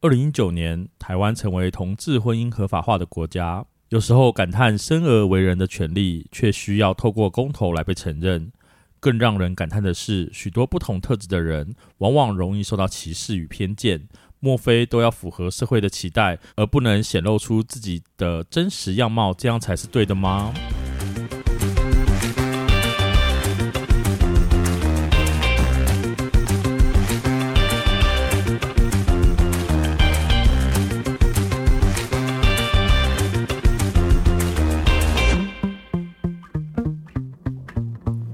二零一九年，台湾成为同志婚姻合法化的国家。有时候感叹生而为人的权利，却需要透过公投来被承认。更让人感叹的是，许多不同特质的人，往往容易受到歧视与偏见。莫非都要符合社会的期待，而不能显露出自己的真实样貌，这样才是对的吗？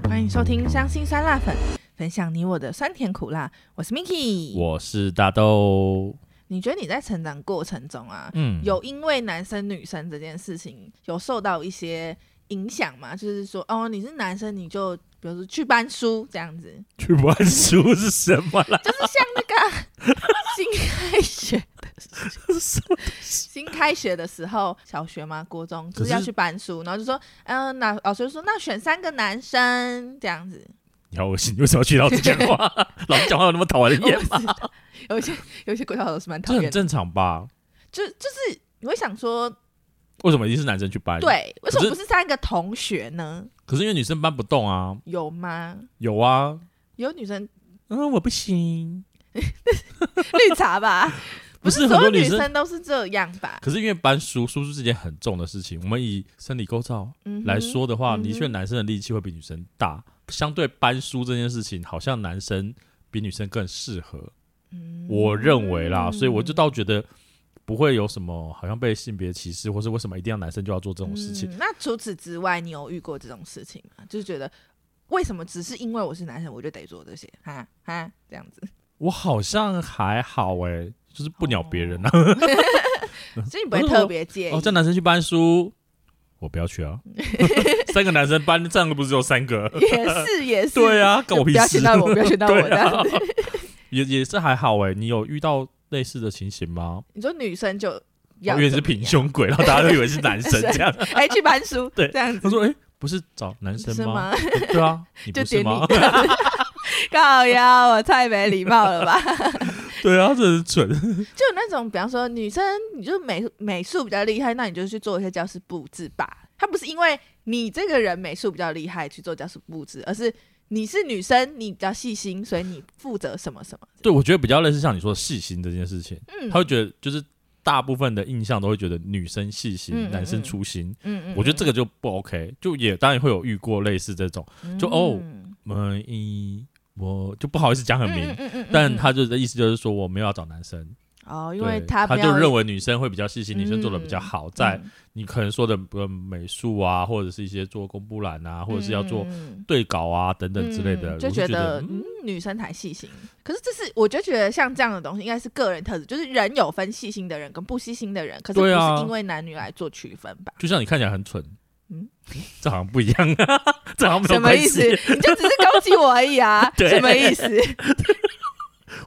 欢迎收听《伤心酸辣粉》，分享你我的酸甜苦辣。我是 Miki。我是大豆，你觉得你在成长过程中啊，嗯，有因为男生女生这件事情有受到一些影响吗？就是说，哦，你是男生，你就比如说去搬书这样 子，去玩书是什么啦？就是像那个啊 新开学的时 候，新开学的时候，小学嘛，国中就可是是要去搬书，然后就说，嗯、那老师就说那选三个男生这样子，你好恶心，为什么要去老师讲话？老师讲话有那么讨人 我厌不吗？知道， 有一些有一些国小老师哦蛮讨这厌很的，正常吧？就就是你会想说，为什么一定是男生去搬？，对，为什可么是不是三个同学呢？可是因为女生搬不动啊。有吗？有啊，有女生 嗯，我不行。绿茶吧？ 不是所很多有女女生都是这样吧？可是因为搬书，书是件很重的事情。我们以生理构造嗯哼来，说的话，嗯哼的确男生的力气会比女生大。相对搬书这件事情，好像男生比女生更适合。嗯我认为啦，所以我就倒觉得不会有什么好像被性别歧视，或是为什么一定要男生就要做这种事情。嗯那除此之外，你有遇过这种事情吗？就是觉得为什么只是因为我是男生，我就得做这些哈哈这样子？我好像还好诶、就是不鸟别人啊。哦 所以你不 会特别介意？哦，叫男生去搬书，我不要去 啊。三个男生搬，这样不是有三个？也是也是， 对啊，啊，跟我不屁要事选。到我，不要 选到我对这样 啊子。，也也是还好诶、欸你有遇到类似的情形吗？你说女生就我要哦以为是怎么平样，胸鬼，然后大家都以为是 男生这样。哎，去搬书， 对这样子他说：“诶，不是找男生是吗吗？？对 啊，你就不是点吗你？ 的，靠腰，我太没礼貌了吧？对啊，这是蠢。 就有那种，比方说女生，你就美美术比较厉害，那你就去做一些教室布置吧。她不是因为你这个人美术比较厉害去做教室布置，而是你是女生，你比较细心，所以你负责什么什么。对，我觉得比较类似像你说的细心这件事情，嗯，他会觉得就是大部分的印象都会觉得女生细心，嗯嗯男生嗯粗心。嗯，嗯嗯，我觉得这个就不 OK，就也当然会有遇过类似这种，就哦嗯，一我就不好意思讲很明，嗯嗯嗯嗯嗯但他就的意思就是说我没有要找男生，哦，因对，为他他嗯就认为为女生会比较细心，女生做的比较好，在嗯你可能说的呃美术啊，或者是一些做公布栏啊，或者是要做对稿啊等等之类的，嗯我就是觉觉得嗯嗯女生才细心。可是这是我就觉得像这样的东西应该是个人特质，就是人有分细心的人跟不细心的人，可是不对啊是因为男女来做区分吧？就像你看起来很蠢，嗯嗯，这好像不一样啊，这好像没什有么关意思？系。你就只是攻击我而已啊？ 对什么意思？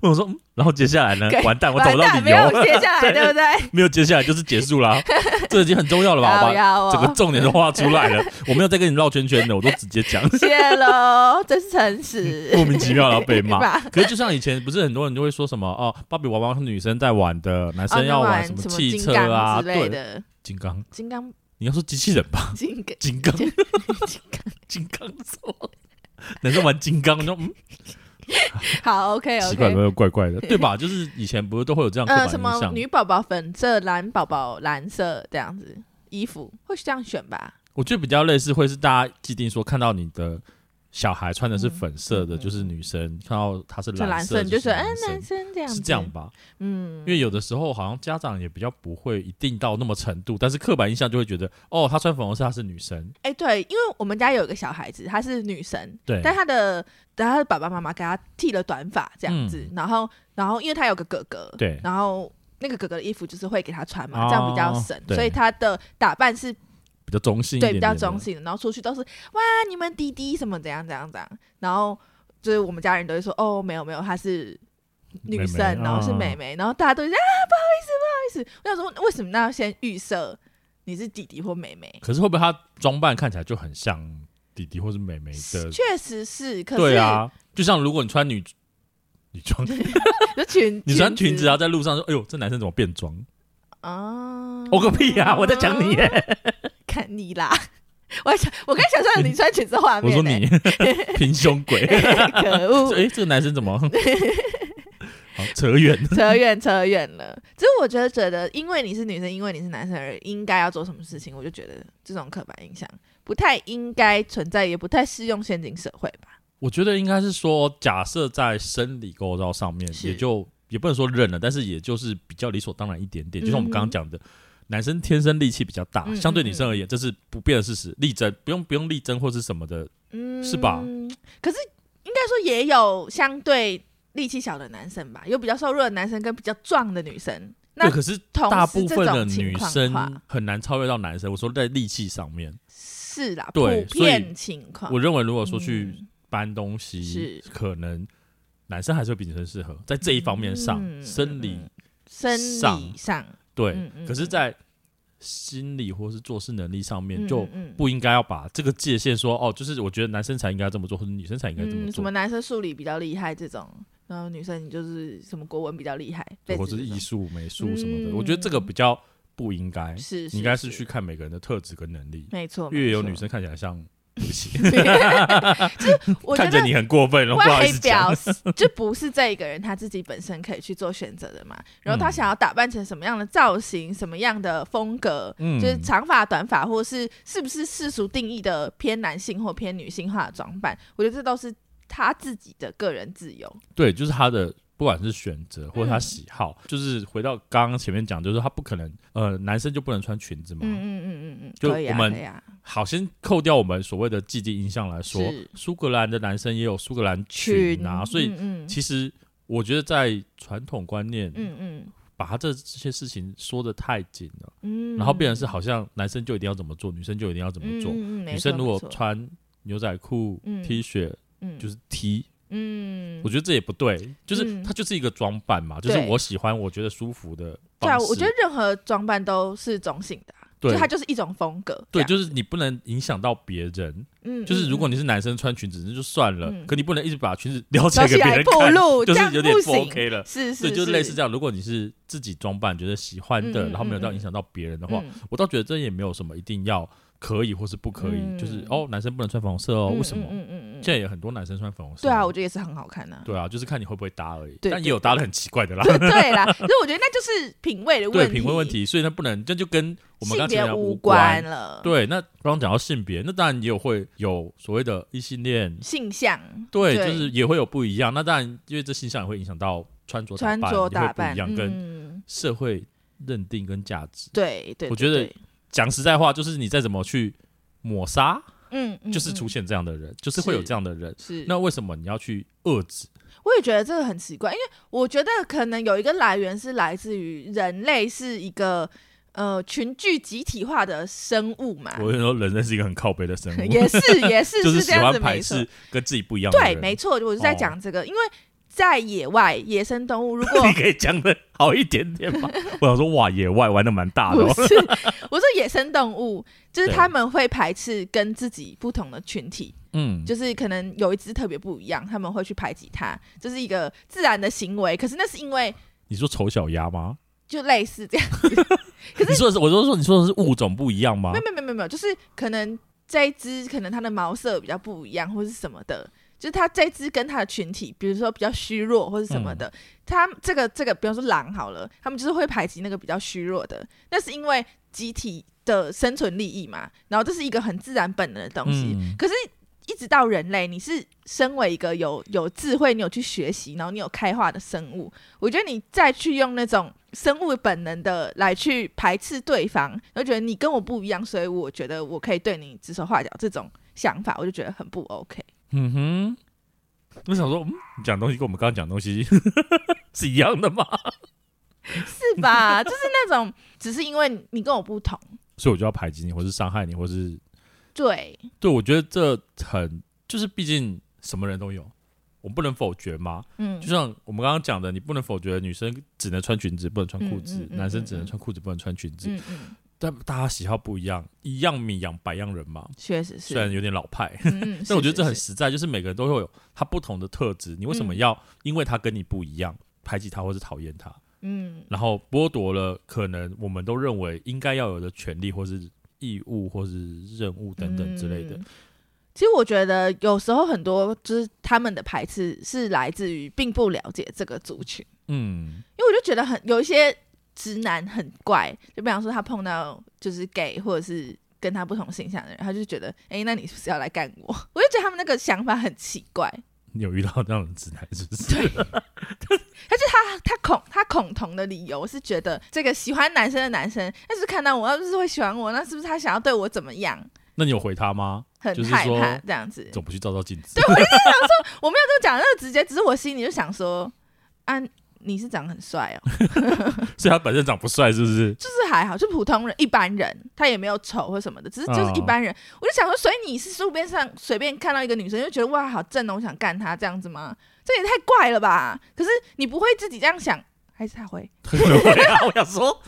我想说，嗯，然后接下来呢对？完蛋，哎我找完不到蛋，理没由有了，接下来，对对不对？ 没有接下来就是结束 啦。这已经很重要了吧？好啊我把呀，我整个重点都画出来了，我没有再跟你绕圈圈的，我都直接讲，谢喽，真是 诚实。莫名其妙然后被骂。吧可是就像以前，不是很多人就会说什么哦，芭比娃娃是女生在玩的，男哦生要那玩玩什么么汽金车刚啊，之类对，的，金刚，金刚你要说机器人吧，金刚金刚，金金刚说，男生玩金刚，你说嗯。好，OK 奇怪，有没 OK。有怪怪的，对吧？就是以前不是都会有这样刻呃，板什印么象？女宝宝粉色，蓝宝宝蓝色这样子衣服，会这样选吧？我觉得比较类似，会是大家既定说看到你的小孩穿的是粉色的，嗯嗯就是女生；看到她是就蓝色，你就就是说，嗯男，男生。生这样是子，这样吧？嗯因，为有的时候好像家长也比较不会一定到那么程度，但是刻板印象就会觉得，哦，她穿粉红色，她是女生。哎、对，因为我们家有一个小孩子，她是女生，对，但她的但她的爸爸妈妈给她剃了短发这样子，然后然后因为她有个哥哥，嗯对然后那个哥哥的衣服就是会给她穿哦嘛，这样比较省，对所以她的打扮是比较中性一对点比点较的中。性的，然后出去都是哇你们弟弟什么怎样怎样怎样，然后就是我们家人都会说哦没有没有，她妹啊是。嗯女妹生，然后是妹妹，然后大家都会说啊，不好意思，不好意思。我想说，为什么那要先预设你是弟弟或妹妹？可是会不会她装扮看起来就很像弟弟或是妹妹的？确实是，可是啊对啊，就像如果你穿女女 装，就裙，你穿裙子然后在路上说，哎呦，这男生怎么变装？啊，我个屁啊！我在讲你耶， 看你啦。我还想，我刚想象你穿裙子画我面、欸，说你 平胸鬼，可 恶，哎，这个男生怎么？ 好扯远，扯远扯远了。只是我觉得，觉得因为你是女生，因为你是男生而应该要做什么事情，我就觉得这种刻板印象不太应该存在，也不太适用现今社会吧。我觉得应该是说，假设在生理构造上面，是也就也不能说认了，但是也就是比较理所当然一点点。嗯哼就像我们刚刚讲的，男生天生力气比较大，嗯相对女生而言，这是不变的事实，力争不用不用力争或是什么的。嗯，是吧可是应该说也有相对力气小的男生吧，有比较瘦弱的男生跟比较壮的女生。那对，可是同大时部这分的种情女况的话生很难超越到男生。我说在力气上面，是啦，普对所以遍情况。我认为如果说去嗯搬东西，啊是可能男生还是会比女生适合在这一方面上、嗯生理嗯生理上上，对，嗯嗯可是，嗯在心理或是做事能力上面嗯就。嗯嗯不应该要把这个界限说哦，就是我觉得男生才应该这么做，或者女生才应该这么嗯，什做，么男生数理比较厉害这种，然后女生你就是什么国文比较厉害，对类或似者这艺种术、美术什么的，嗯我觉得这个比较不应该，是，你应该是去，看每个人的特质跟能力。没错，越没有错女，生看起来像，我觉看着得你很过哦分了，不好意会思讲。表示 就不是这一个人他自己本身可以去做选择的嘛，然后他嗯想要打扮成什么样的造型，什么样的风格。嗯就是长发、短发，或是是不是世俗定义的偏男性或偏女性化的装扮，我觉得这都是他自己的个人自由。对，就是他的不管是选择或者他喜好，嗯就是回到刚刚前面讲，就是他不可能，呃，男生就不能穿裙子嘛。嗯嗯嗯嗯嗯，就可以啊，我们可以啊，好，先扣掉我们所谓的既定印象来说是，苏格兰的男生也有苏格兰裙啊，所以嗯嗯其实我觉得在传统观念，嗯嗯把他这这些事情说的太紧了，嗯，然后变成是好像男生就一定要怎么做，女生就一定要怎么做。嗯嗯嗯、没女生错如果没错穿牛仔裤、嗯 T 恤嗯就是 T，、嗯，我觉得这也不对，就是嗯它就是一个装扮嘛，就是对我喜欢我觉得舒服的对啊，方式。我觉得任何装扮都是中性的、啊，对就它就是一种风格，对，这样就是你不能影响到别人。嗯，就是如果你你是男生穿裙子，那就算了，嗯可你不能一直把裙子撩起走来起给别来人暴看，露，就这是样有点不不行， OK 了。是是对，就是类似这样样。如果你是自己装扮，觉得喜欢的，嗯嗯然后没有到嗯影响到别人的的话，我倒觉得这也没有什么一定要可以或是不可以，嗯就是哦，男生不能穿粉红色哦，为什么？嗯嗯嗯嗯，现在也很多男生穿粉红色，对啊，我觉得也是很好看呐、啊。对啊，就是看你会不会搭而已。对但也对有搭的很奇怪的啦， 对对啦，所以我觉得那就是品味的对问题，品味问，题，所以那不能，这就跟我们性刚才前别面讲无关。啊了，，对，那刚刚讲到性别，那当然也有会有所谓的异性恋，性向，对，对就是也会有不一样。那当然，因为这性向也会影响到穿着穿着打扮也会不一样，跟嗯，社会认定跟价值。对对，我对觉得对讲实在话，就是你再怎么去抹杀，嗯，嗯就是嗯出现这样的人，就是会有这样的人。是那为什么你要去遏制？我也觉得这个很奇怪，因为我觉得可能有一个来源是来自于人类是一个呃群聚集体化的生物嘛，我跟你说，人类是一个很靠背的生物，啊也是也是就是这喜样欢子排没错，斥跟自己不一样的人。哦 对，没错，我就在讲这个，因为在野外野生动物如果你可以讲的好一点点吗？我想说，哇，野外玩的蛮大的、不哦。是，我说野生动物就是对他们会排斥跟自己不同的群体，嗯，就是可能有一只特别不一样，他们会去排挤它，这、是一个自然的行为。可是那是因为你说丑小鸭吗？就类似这样。你说的是，我就说你说的是物种不一样吗嗯没？有没有没有没有，就是可能这一只可能它的毛色比较不一样，或是什么的，就是它这一只跟它的群体，比如说比较虚弱或是什么的，嗯它这个这个，比方说狼好了，他们就是会排挤那个比较虚弱的，那是因为集体的生存利益嘛，然后这是一个很自然本能的东西，嗯可是。一直到人类，你是身为一个有有智慧，你有去学习，然后你有开化的生物，我觉得你再去用那种生物本能的来去排斥对方，就觉得你跟我不一样，所以我觉得我可以对你指手画脚这种想法，我就觉得很不 OK。嗯哼，我想说，嗯，你讲的东西跟我们刚刚讲的东西 是一样的吗？是吧？就是那种只是因为你跟我不同，所以我就要排挤你，或是伤害你，或是对，对我觉得这很就是，毕竟什么人都有，我们不能否决嘛。嗯就，像我们刚刚讲的，你不能否决女生只能穿裙子，不能穿裤子；嗯嗯嗯嗯男生只能穿裤子，不能穿裙子。嗯嗯，但大家喜好不一样，一样米养百样人嘛。确实是虽。然有点老派，嗯，嗯但我觉得这很是实在，就是每个人都会有他不同的特质，你为什么嗯要因为他跟你不一样排挤他或是讨厌他，嗯然后剥夺了可能我们都认为应该要有的权利或是义务或是任务等等之类的？嗯其实我觉得有时候很多就是他们的排斥是呃来自于并不了解这个族群，嗯因为我就觉得很有一些直男很怪，就比方说他碰到就是 gay 或者是跟他不同形象的人，他就觉得哎、诶那你是不是要来干我？我就觉得他们那个想法很奇怪，你有遇到这样的直男是不是？他恐他恐同的理由是觉得这个喜欢男生的男生，他就是看到我，他就是会喜欢我，那是不是他想要对我怎么样？ 那你有回他吗？很就是害说怕这样子，总不去照照镜子？我没有这么讲得那么直接，只是我心里就想说，啊，你是长得很帅哦， 所以他本身长不帅是不是？就是还好，就普通人一般人，他也没有丑或什么的，只是就是一般人。啊我就想说，所以你是路边上随便看到一个女生就觉得哇好正哦，我想干她这样子吗？这也太怪了吧！可是你不会自己这样想，还是他会？他可能会 啊，我想说，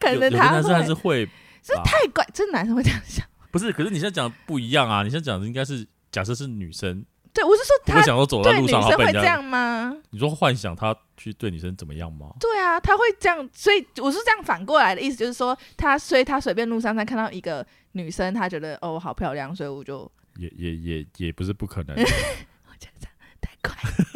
可有有能的他男生还会是，会吧，这太怪，这男生会这样想。不是？可是你现在讲的不一样啊，你现在讲的应该是假设是女生，对，我是说会他想说走在对路女上生然后被会人这家，样吗？你说幻想他去对女生怎么样吗？对啊，他会这样，所以我是这样反过来的意思，就是说他，所以他随便路上他看到一个女生，他觉得哦好漂亮，所以我就也也也也不是不可能， 太快，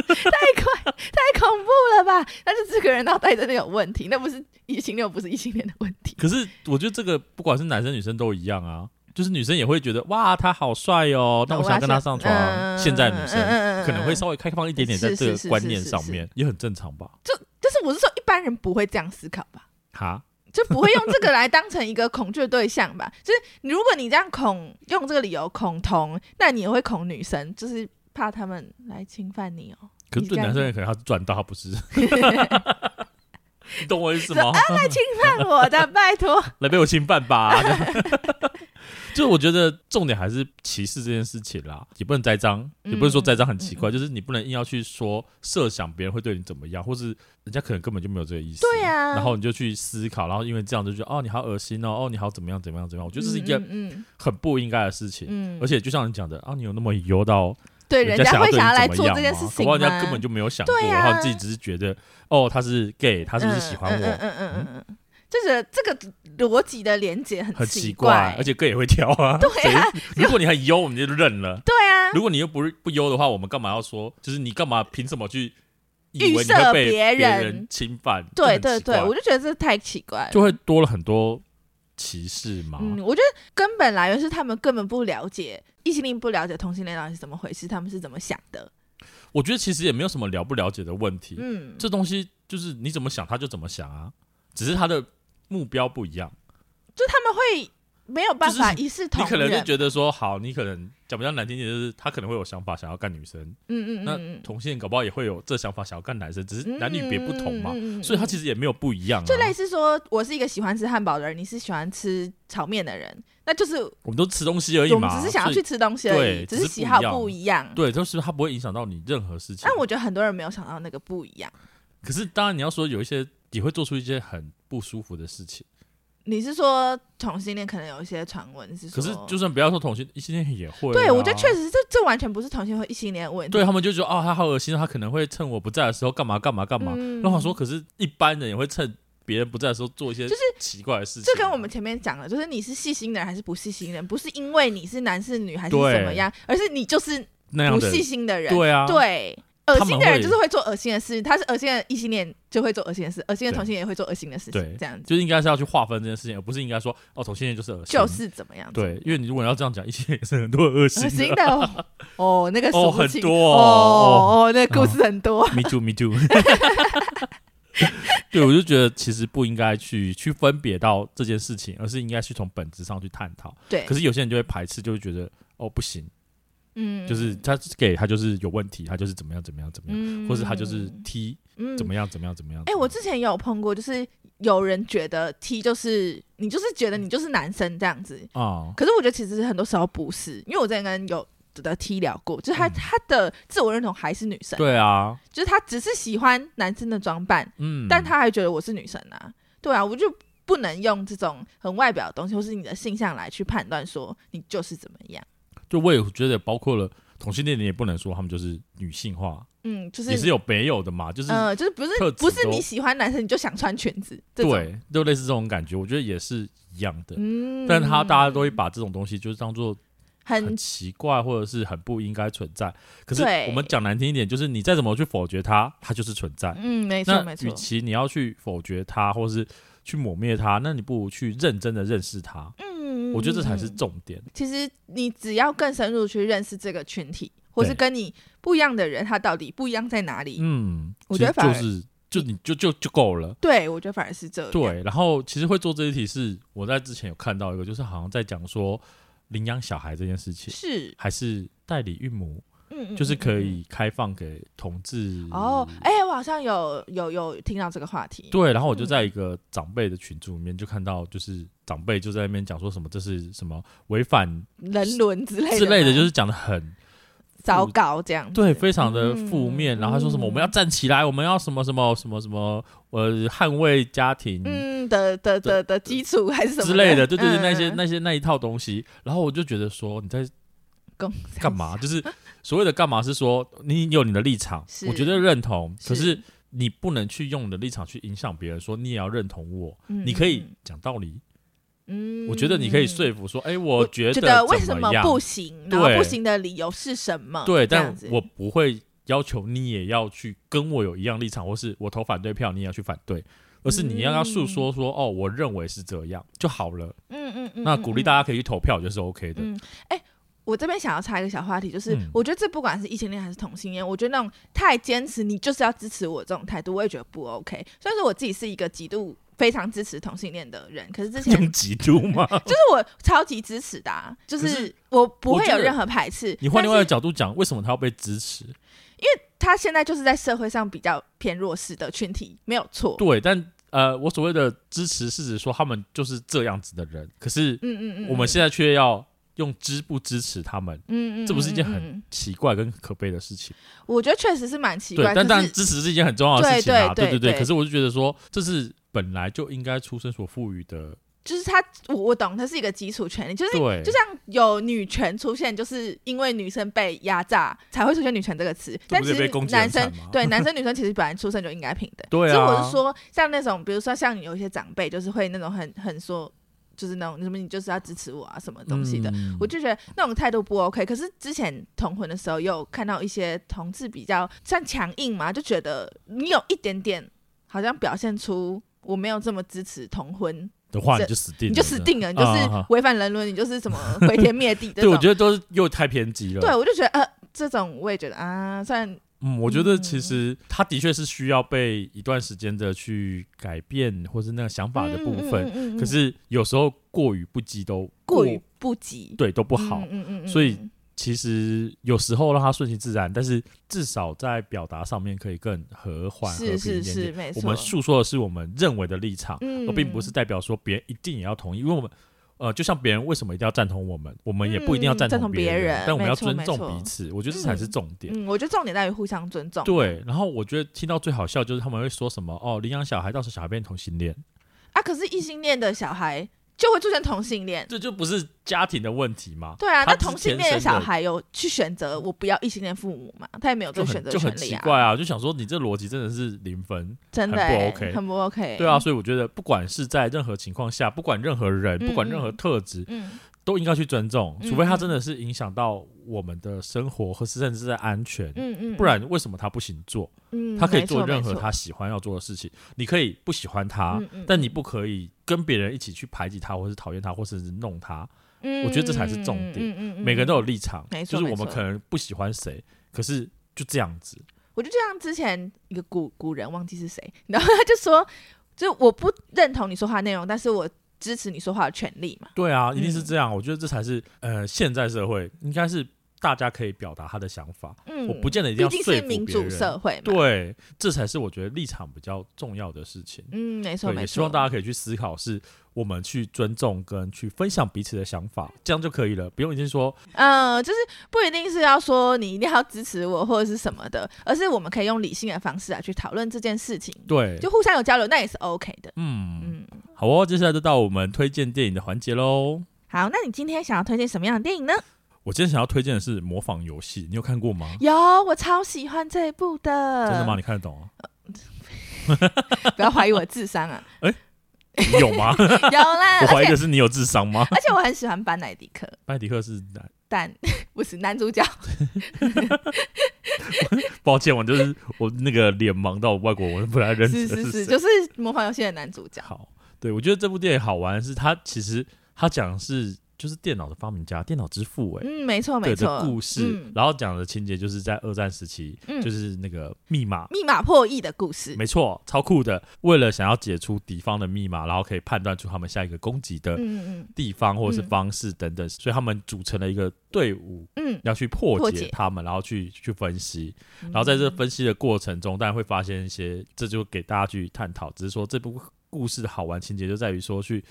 太快， 太恐怖了吧？但是这个人脑袋真的有问题，那不是异性恋，不是异性恋的问题。可是我觉得这个不管是男生女生都一样啊，就是女生也会觉得哇他好帅哦，那我想跟他上床。嗯现在女嗯嗯生嗯嗯可能会稍微开放一点点，在是这个是是观是念是上是面也很正常吧？但是我是说，一般人不会这样思考吧？哈，就不会用这个来当成一个恐惧的对象吧？ 就是如果你这样恐用这个理由恐同，那你也会恐女生，就是怕他们来侵犯你哦。可是你对这样男生也可能他是赚到，他不 是， 你懂我意思吗？侵犯我的，拜托。来被我侵犯吧。 就我觉得重点还是歧视这件事情啦，也不能栽赃，嗯也不是说栽赃很奇怪，就是你不能硬要去说设想别人会对你怎么样，或是人家可能根本就没有这个意思。对啊然后你就去思考，然后因为这样就觉得哦你好恶心哦，哦你好怎么样怎么样怎么样，我觉得这是一件嗯很不应该的事情。嗯而且就像你讲的啊，你有那么优到对人想会对你想要来怎做么样这件吗事搞情不吗，好人家根本就没有想过，对啊然后你自己只是觉得哦他是 gay，他是不是喜欢我？嗯嗯嗯嗯嗯嗯，就觉得这个逻辑的连接很很奇奇怪，而且歌也会挑啊。 对啊谁 如果你很优，我们就认了；对啊，如果你又不是不优的话，我们干嘛要说？就是你干嘛凭什么去以预为你设会被别人人侵犯？对这对很奇对，怪我就觉得这太奇怪了。就啊会多了很多歧视嘛。嗯，我觉得根本来源是他们根本不了解异性恋，不了解同性恋到底是怎么回事，他们是怎么想的。我觉得其实也没有什么了不了解的问题，嗯，这东西就是你怎么想他就怎么想啊，只是他的目标不一样。就他们会没有办法一视你同可仁。能就觉得说，好，你可能讲比较难听点，就是他可能会有想法想要干女生，嗯嗯那嗯同性恋搞不好也会有这想法想要干男生，只是嗯，男女别不同嘛。嗯嗯嗯嗯所以他其实也没有不一样、啊，就类似说，我是一个喜欢吃汉堡的人，你是喜欢吃炒面的人，那就是我们都吃东西而已我嘛，们只是想要所去以吃东西而对已，只是只是喜不一好样不一样。对，就是它不会影响到你任何事情。啊但我觉得很多人没有想到那个不一样。可是当然你要说有一些也会做出一些很不舒服的事情，你是说同性恋可能有一些传闻是可说，是就算不要说同性异性恋也会、啊，对我觉得确。实这这完全不是同性恋和异性恋的问题。对他们就觉得哦，他好恶心，他可能会趁我不在的时候干嘛干嘛干嘛。嗯那我想说，可是一般人也会趁别人不在的时候做一些就是奇怪的事情啊。这跟我们前面讲的，就是你是细心的人还是不细心的人，不是因为你是男是女还是对怎么样，而是你就是那样不的细心的人。对啊，对恶他心们的人会就是会做恶心的事，他是恶心的异性恋就会做恶心的事，恶心的对同性恋也会做恶心的事对情，这样子就应该是要去划分这件事情，而不是应该说哦，同性恋就是恶心，就是怎么样子？对，因为你如果要这样讲，异性恋也是很多恶心恶的。心的哦 哦，那个哦数不很清多哦啊哦哦，那个故事很多， Me too, me too 对，我就觉得其实不应该去去分别到这件事情，而是应该去从本质上去探讨。对可，是有些人就会排斥，就会觉得哦不行，嗯，就是他给他就是有问题，他就是怎么样怎么样怎么样，嗯或是他就是踢嗯怎么样怎么样怎么样。哎、我怎之前也有碰过，就是有人觉得 T 就是你，就是觉得你就是男生这样子。么样啊，可是我觉得其实很多时候不是，因为我之前跟有的 T 聊过，就是他、嗯他的自我认同还是女生，对啊，就是他只是喜欢男生的装扮，嗯，但他还觉得我是女生啊。对啊，我就不能用这种很外表的东西，或是你的性向来去判断说你就是怎么样。就我也觉得包括了同性恋，你也不能说他们就是女性化，嗯，就是也是有北有的嘛，就是、呃，就是不特是质不是都你喜欢男生你就想穿裙子这种，对，就类似这种感觉，我觉得也是一样的。嗯，但他大家都会把这种东西就是当做很很奇怪，或者是很不应该存在。可是嗯对我们讲难听一点，就是你再怎么去否决它，它就是存在。嗯，没错那没错与，其你要去否决它，或是去抹灭它，那你不如去认真的认识它。嗯，我觉得这才是嗯重点。其实你只要更深入去认识这个群体，或是对跟你不一样的人，他到底不一样在哪里？嗯，我觉得其实反而就是就你就就就够了。对，我觉得反而是这样。，对，然后其实会做这一题是我在之前有看到一个，就是好像在讲说领养小孩这件事情，是，还是代理孕母，嗯，嗯就是可。嗯嗯以开放给同志嗯哦，哎、我好像有有有听到这个话题。对，然后我就在一个长辈的群组里面就看到，就是长辈就在那边讲说什么这是什么违反人伦之类的之类的，吗就是讲的很糟糕这样子。对，非常的负面。嗯然后他说什么嗯我们要站起来，我们要什么什么什么什么呃捍卫家庭嗯的的的的基础还是什么之类的，对对对，那些嗯那些那一套东西。然后我就觉得说你在公干嘛？就是所谓的干嘛是说你有你的立场，是我觉得认同，可是是你不能去用你的立场去影响别人，说你也要认同我，嗯你可以讲道理。嗯我觉得你可以说服说，哎、我我觉觉得为怎什么样不行？然后对不行的理由是什么？对，这但样子我不会要求你也要去跟我有一样立场，或是我投反对票，你也要去反对，而是你要要诉说说，哦，我认为是这样就好了。嗯嗯嗯，那鼓励家。嗯大家可以去投票，我觉得是 OK 的。嗯我这边想要插一个小话题，就是、嗯我觉得这不管是异性恋还是同性恋，我觉得那种太坚持你就是要支持我这种态度，我也觉得不 OK。虽然说我自己是一个极度非常支持同性恋的人，可是之前用极度吗？就是我超级支持的、啊，就可是是我不我会觉有得任何排斥。你换另外一个但是角度讲，为什么他要被支持？他现在就是在社会上比较偏弱势的群体，没有错。对，但呃，我所谓的支持是指说他们就是这样子的人，可是嗯嗯嗯，我们现在却要用支不支持他们，嗯嗯，嗯这不是一件很嗯嗯嗯奇怪跟可悲的事情。我觉得确实是蛮奇对，怪，但可当是然支持是一件很重要的事情啊，对对对对可是我就觉得说，这是本来就应该出生所赋予的，就是他，我我懂，它是一个基础权利，就是对，就像有女权出现，就是因为女生被压榨才会出现“女权”这个词，但不其是也实被攻击得男很生惨吗对男生女生其实本来出生就应该平等。哦对啊所以我是说，像那种比如说像有一些长辈，就是会那种很很说，就是那种什么你就是要支持我啊什么东西的。嗯我就觉得那种态度不 OK。可是之前同婚的时候，也有看到一些同志比较算强硬嘛，就觉得你有一点点好像表现出我没有这么支持同婚，的话，这你就死定了，你就死定了，你就是啊啊啊违反人伦，你就是什么毁天灭 地这对，种我。觉得都是又太偏激了。对，，我就觉得呃，这种我也觉得啊，虽然嗯，我觉得嗯其实他的确是需要被一段时间的去改变，或是那个想法的部分。嗯嗯嗯嗯嗯可是有时候过于不羁都过于不及对都不好。嗯嗯嗯嗯，所以嗯其实有时候让它顺其自然，但是至少在表达上面可以更和缓、和平是一点是点。是，没我错，们诉说的是我们认为的立场，嗯而并不是代表说别人一定也要同意，因为我们。呃，就像别人为什么一定要赞同我们，我们也不一定要嗯赞赞同别别人但我们要没错尊没重错彼此，我觉得这才是重点。嗯，我嗯觉得重点在于互相尊重。对，然后我觉得听到最好笑就是他们会说什么哦，领养小孩，到时候小孩变同性恋，啊，可是异性恋的小孩就会出现同性恋。这就不是家庭的问题吗？对啊，他那只是同性恋的天生小孩有去选择我不要异性恋父母嘛？他也没有这就个选很择就很权奇利啊，怪啊，就想说你这逻辑真的是零分，真的、很不欸、 OK 很不 OK。对啊，，所以我觉得不管是在任何情况下，不管任何人，嗯不管任何特质，嗯，都应该去尊重，嗯除非他真的是影响到我们的生活，或是甚至是在安全。嗯嗯，不然为什么他不行做？嗯，他可以没错做任何没错他喜欢要做的事情。你可以不喜欢他，嗯嗯但你不可以跟别人一起去排挤他，或是讨厌他，或甚至弄他。嗯我觉得这才是重点嗯嗯嗯嗯嗯每个人都有立场，没就错是我们没错可能不喜欢谁，可是就这样子。我就像之前一个古古人忘记是谁，然后他就说，就我不认同你说话的内容，但是我支持你说话的权利嘛。对啊，一定是这样。我觉得这才是呃，现在社会应该是大家可以表达他的想法，嗯，我不见得一定毕要竟说是服民别主人社嗯会嘛，对，这才是我觉得立场比较重要的事情。嗯，没错对，没也错，希望大家可以去思考，是我们去尊重跟去分享彼此的想法，这样就可以了，不用一定说嗯，就是不一定是要说你一定要支持我或者是什么的，而是我们可以用理性的方式啊来去讨论这件事情，对，就互相有交流，那也是 OK 的。嗯，嗯，好哦，接下来就到我们推荐电影的环节喽。好，那你今天想要推荐什么样的电影呢？我今天想要推荐的是《模仿游戏》，你有看过吗？有，我超喜欢这一部的。真的吗？？你看得懂啊？ 不要怀疑我智商啊！你有 吗？有啦， 我怀而疑且的是你有智商吗？而且我很喜欢班奈迪克，班迪克是男，但 不是男主角。抱歉，我就是我那个脸盲到外国，我不太认是识的是是是，谁。就是模仿游戏的男主角。好，对我觉得这部电影好玩，是它其实它讲的是就是电脑的发明家，电脑之父哎、嗯，没错没对错的。故事，嗯然后讲的情节就是在二战时期，嗯就是那个密码密码破译的故事。没错，超酷的。为了想要解除敌方的密码，然后可以判断出他们下一个攻击的嗯嗯地方或者是嗯方式等等，所以他们组成了一个队伍，嗯要去破破解解他们，然后去去分析。嗯。然后在这分析的过程中，当然会发现一些，这就给大家去探讨。只是说这部故事的好玩情节就在于说去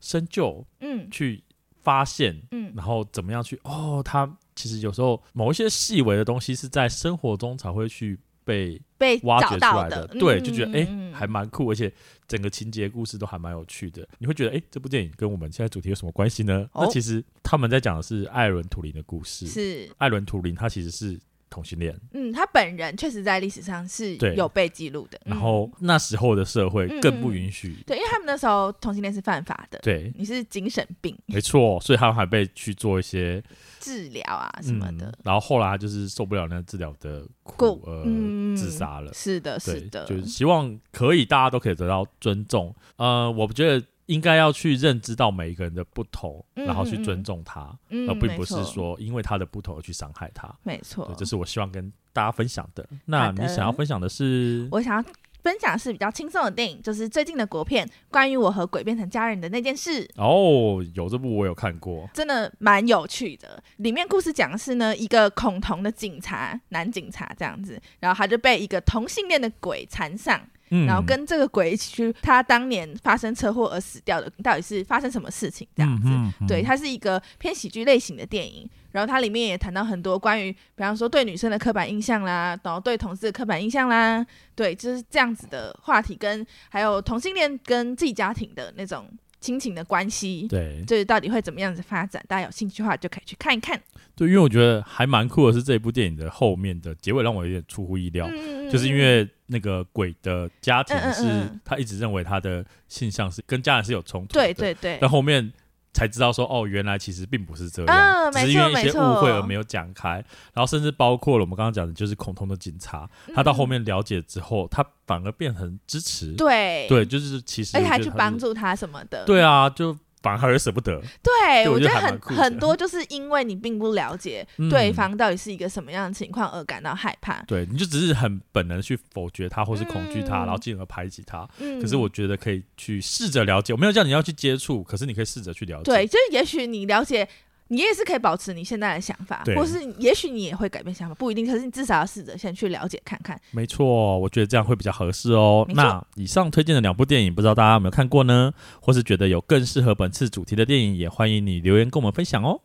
深究、嗯去发现，嗯然后怎么样去哦，它其实有时候某一些细微的东西是在生活中才会去被被挖掘找出到来的，对，就觉得哎、诶嗯嗯嗯还蛮酷，而且整个情节故事都还蛮有趣的。你会觉得哎、诶这部电影跟我们现在主题有什么关系呢？哦那其实他们在讲的是艾伦·图灵的故事。是艾伦·图灵他其实是同性恋，嗯，他本人确实在历史上是对有被记录的。然嗯后那时候的社会嗯更不允许，对，因为他们那时候同性恋是犯法的，对，你是精神病没错，所以他们还被去做一些治疗啊什么的。嗯然后后来他就是受不了那治疗的苦够，而嗯自杀了。是的，对是，的，就是希望可以大家都可以得到尊重。呃，我觉得应该要去认知到每一个人的不同，嗯然后去尊重他，嗯，而呃并没不是错，说因为他的不同而去伤害他。没对错，这是我希望跟大家分享的。那好的你想要分享的是？我想要分享的是比较轻松的电影，就是最近的国片《关于我和鬼变成家人的那件事》。哦，有这部我有看过，真的蛮有趣的。里面故事讲的是呢，一个恐同的警察，男警察这样子，然后他就被一个同性恋的鬼缠上，嗯，然后跟这个鬼一起去他当年发生车祸而死掉的，到底是发生什么事情这样子？嗯嗯对，它是一个偏喜剧类型的电影，然后它里面也谈到很多关于，比方说对女生的刻板印象啦，然后对同志的刻板印象啦，对，就是这样子的话题跟，还有同性恋跟自己家庭的那种亲情的关 系，对就是到底会怎么样子发展，大家有兴趣的话就可以去看一看。对，因为我觉得还蛮酷的是这部电影的后面的结尾让我有点出乎意料，嗯哦就是因为那个鬼的家庭嗯嗯是、嗯他一直认为他的性向是跟家人是有冲突的，对对对但后面才知道说，哦，原来其实并不是这样，嗯只是没因错为一些没错误会而没有讲开，然后甚至包括了我们刚刚讲的，就是恐同的警察，嗯他到后面了解之后，他反而变成支持，对，就是其实而且我觉还得去他帮是，助他什么的，对啊，就反而舍不得，对，对我我觉得觉得还很蛮酷的很多就是因为你并不了解嗯对方到底是一个什么样的情况而感到害怕。对，你就只是很本能地去否决他或是恐惧他，嗯然后进而排挤他。嗯，可是我觉得可以去试着了解，我没有叫你要去接触，可是你可以试着去了解。对，就是也许你了解。你也是可以保持你现在的想法，对或是也许你也会改变想法，不一定。可是你至少要试着先去了解看看。没错，我觉得这样会比较合适哦。没错那以上推荐的两部电影，不知道大家有没有看过呢？或是觉得有更适合本次主题的电影，也欢迎你留言跟我们分享哦。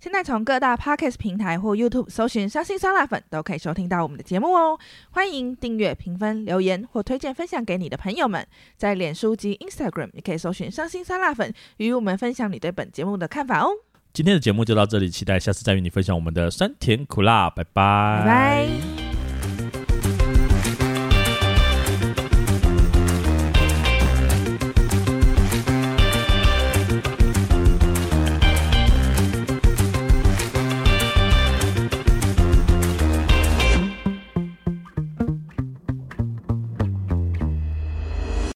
现在从各大 podcast 平台或 YouTube 搜寻“伤心酸辣粉”，都可以收听到我们的节目哦。欢迎订阅、评分、留言或推荐分享给你的朋友们。在脸书及 Instagram 也可以搜寻“伤心酸辣粉”，与我们分享你对本节目的看法哦。今天的节目就到这里，期待下次再与你分享我们的酸甜苦辣，拜拜，拜拜。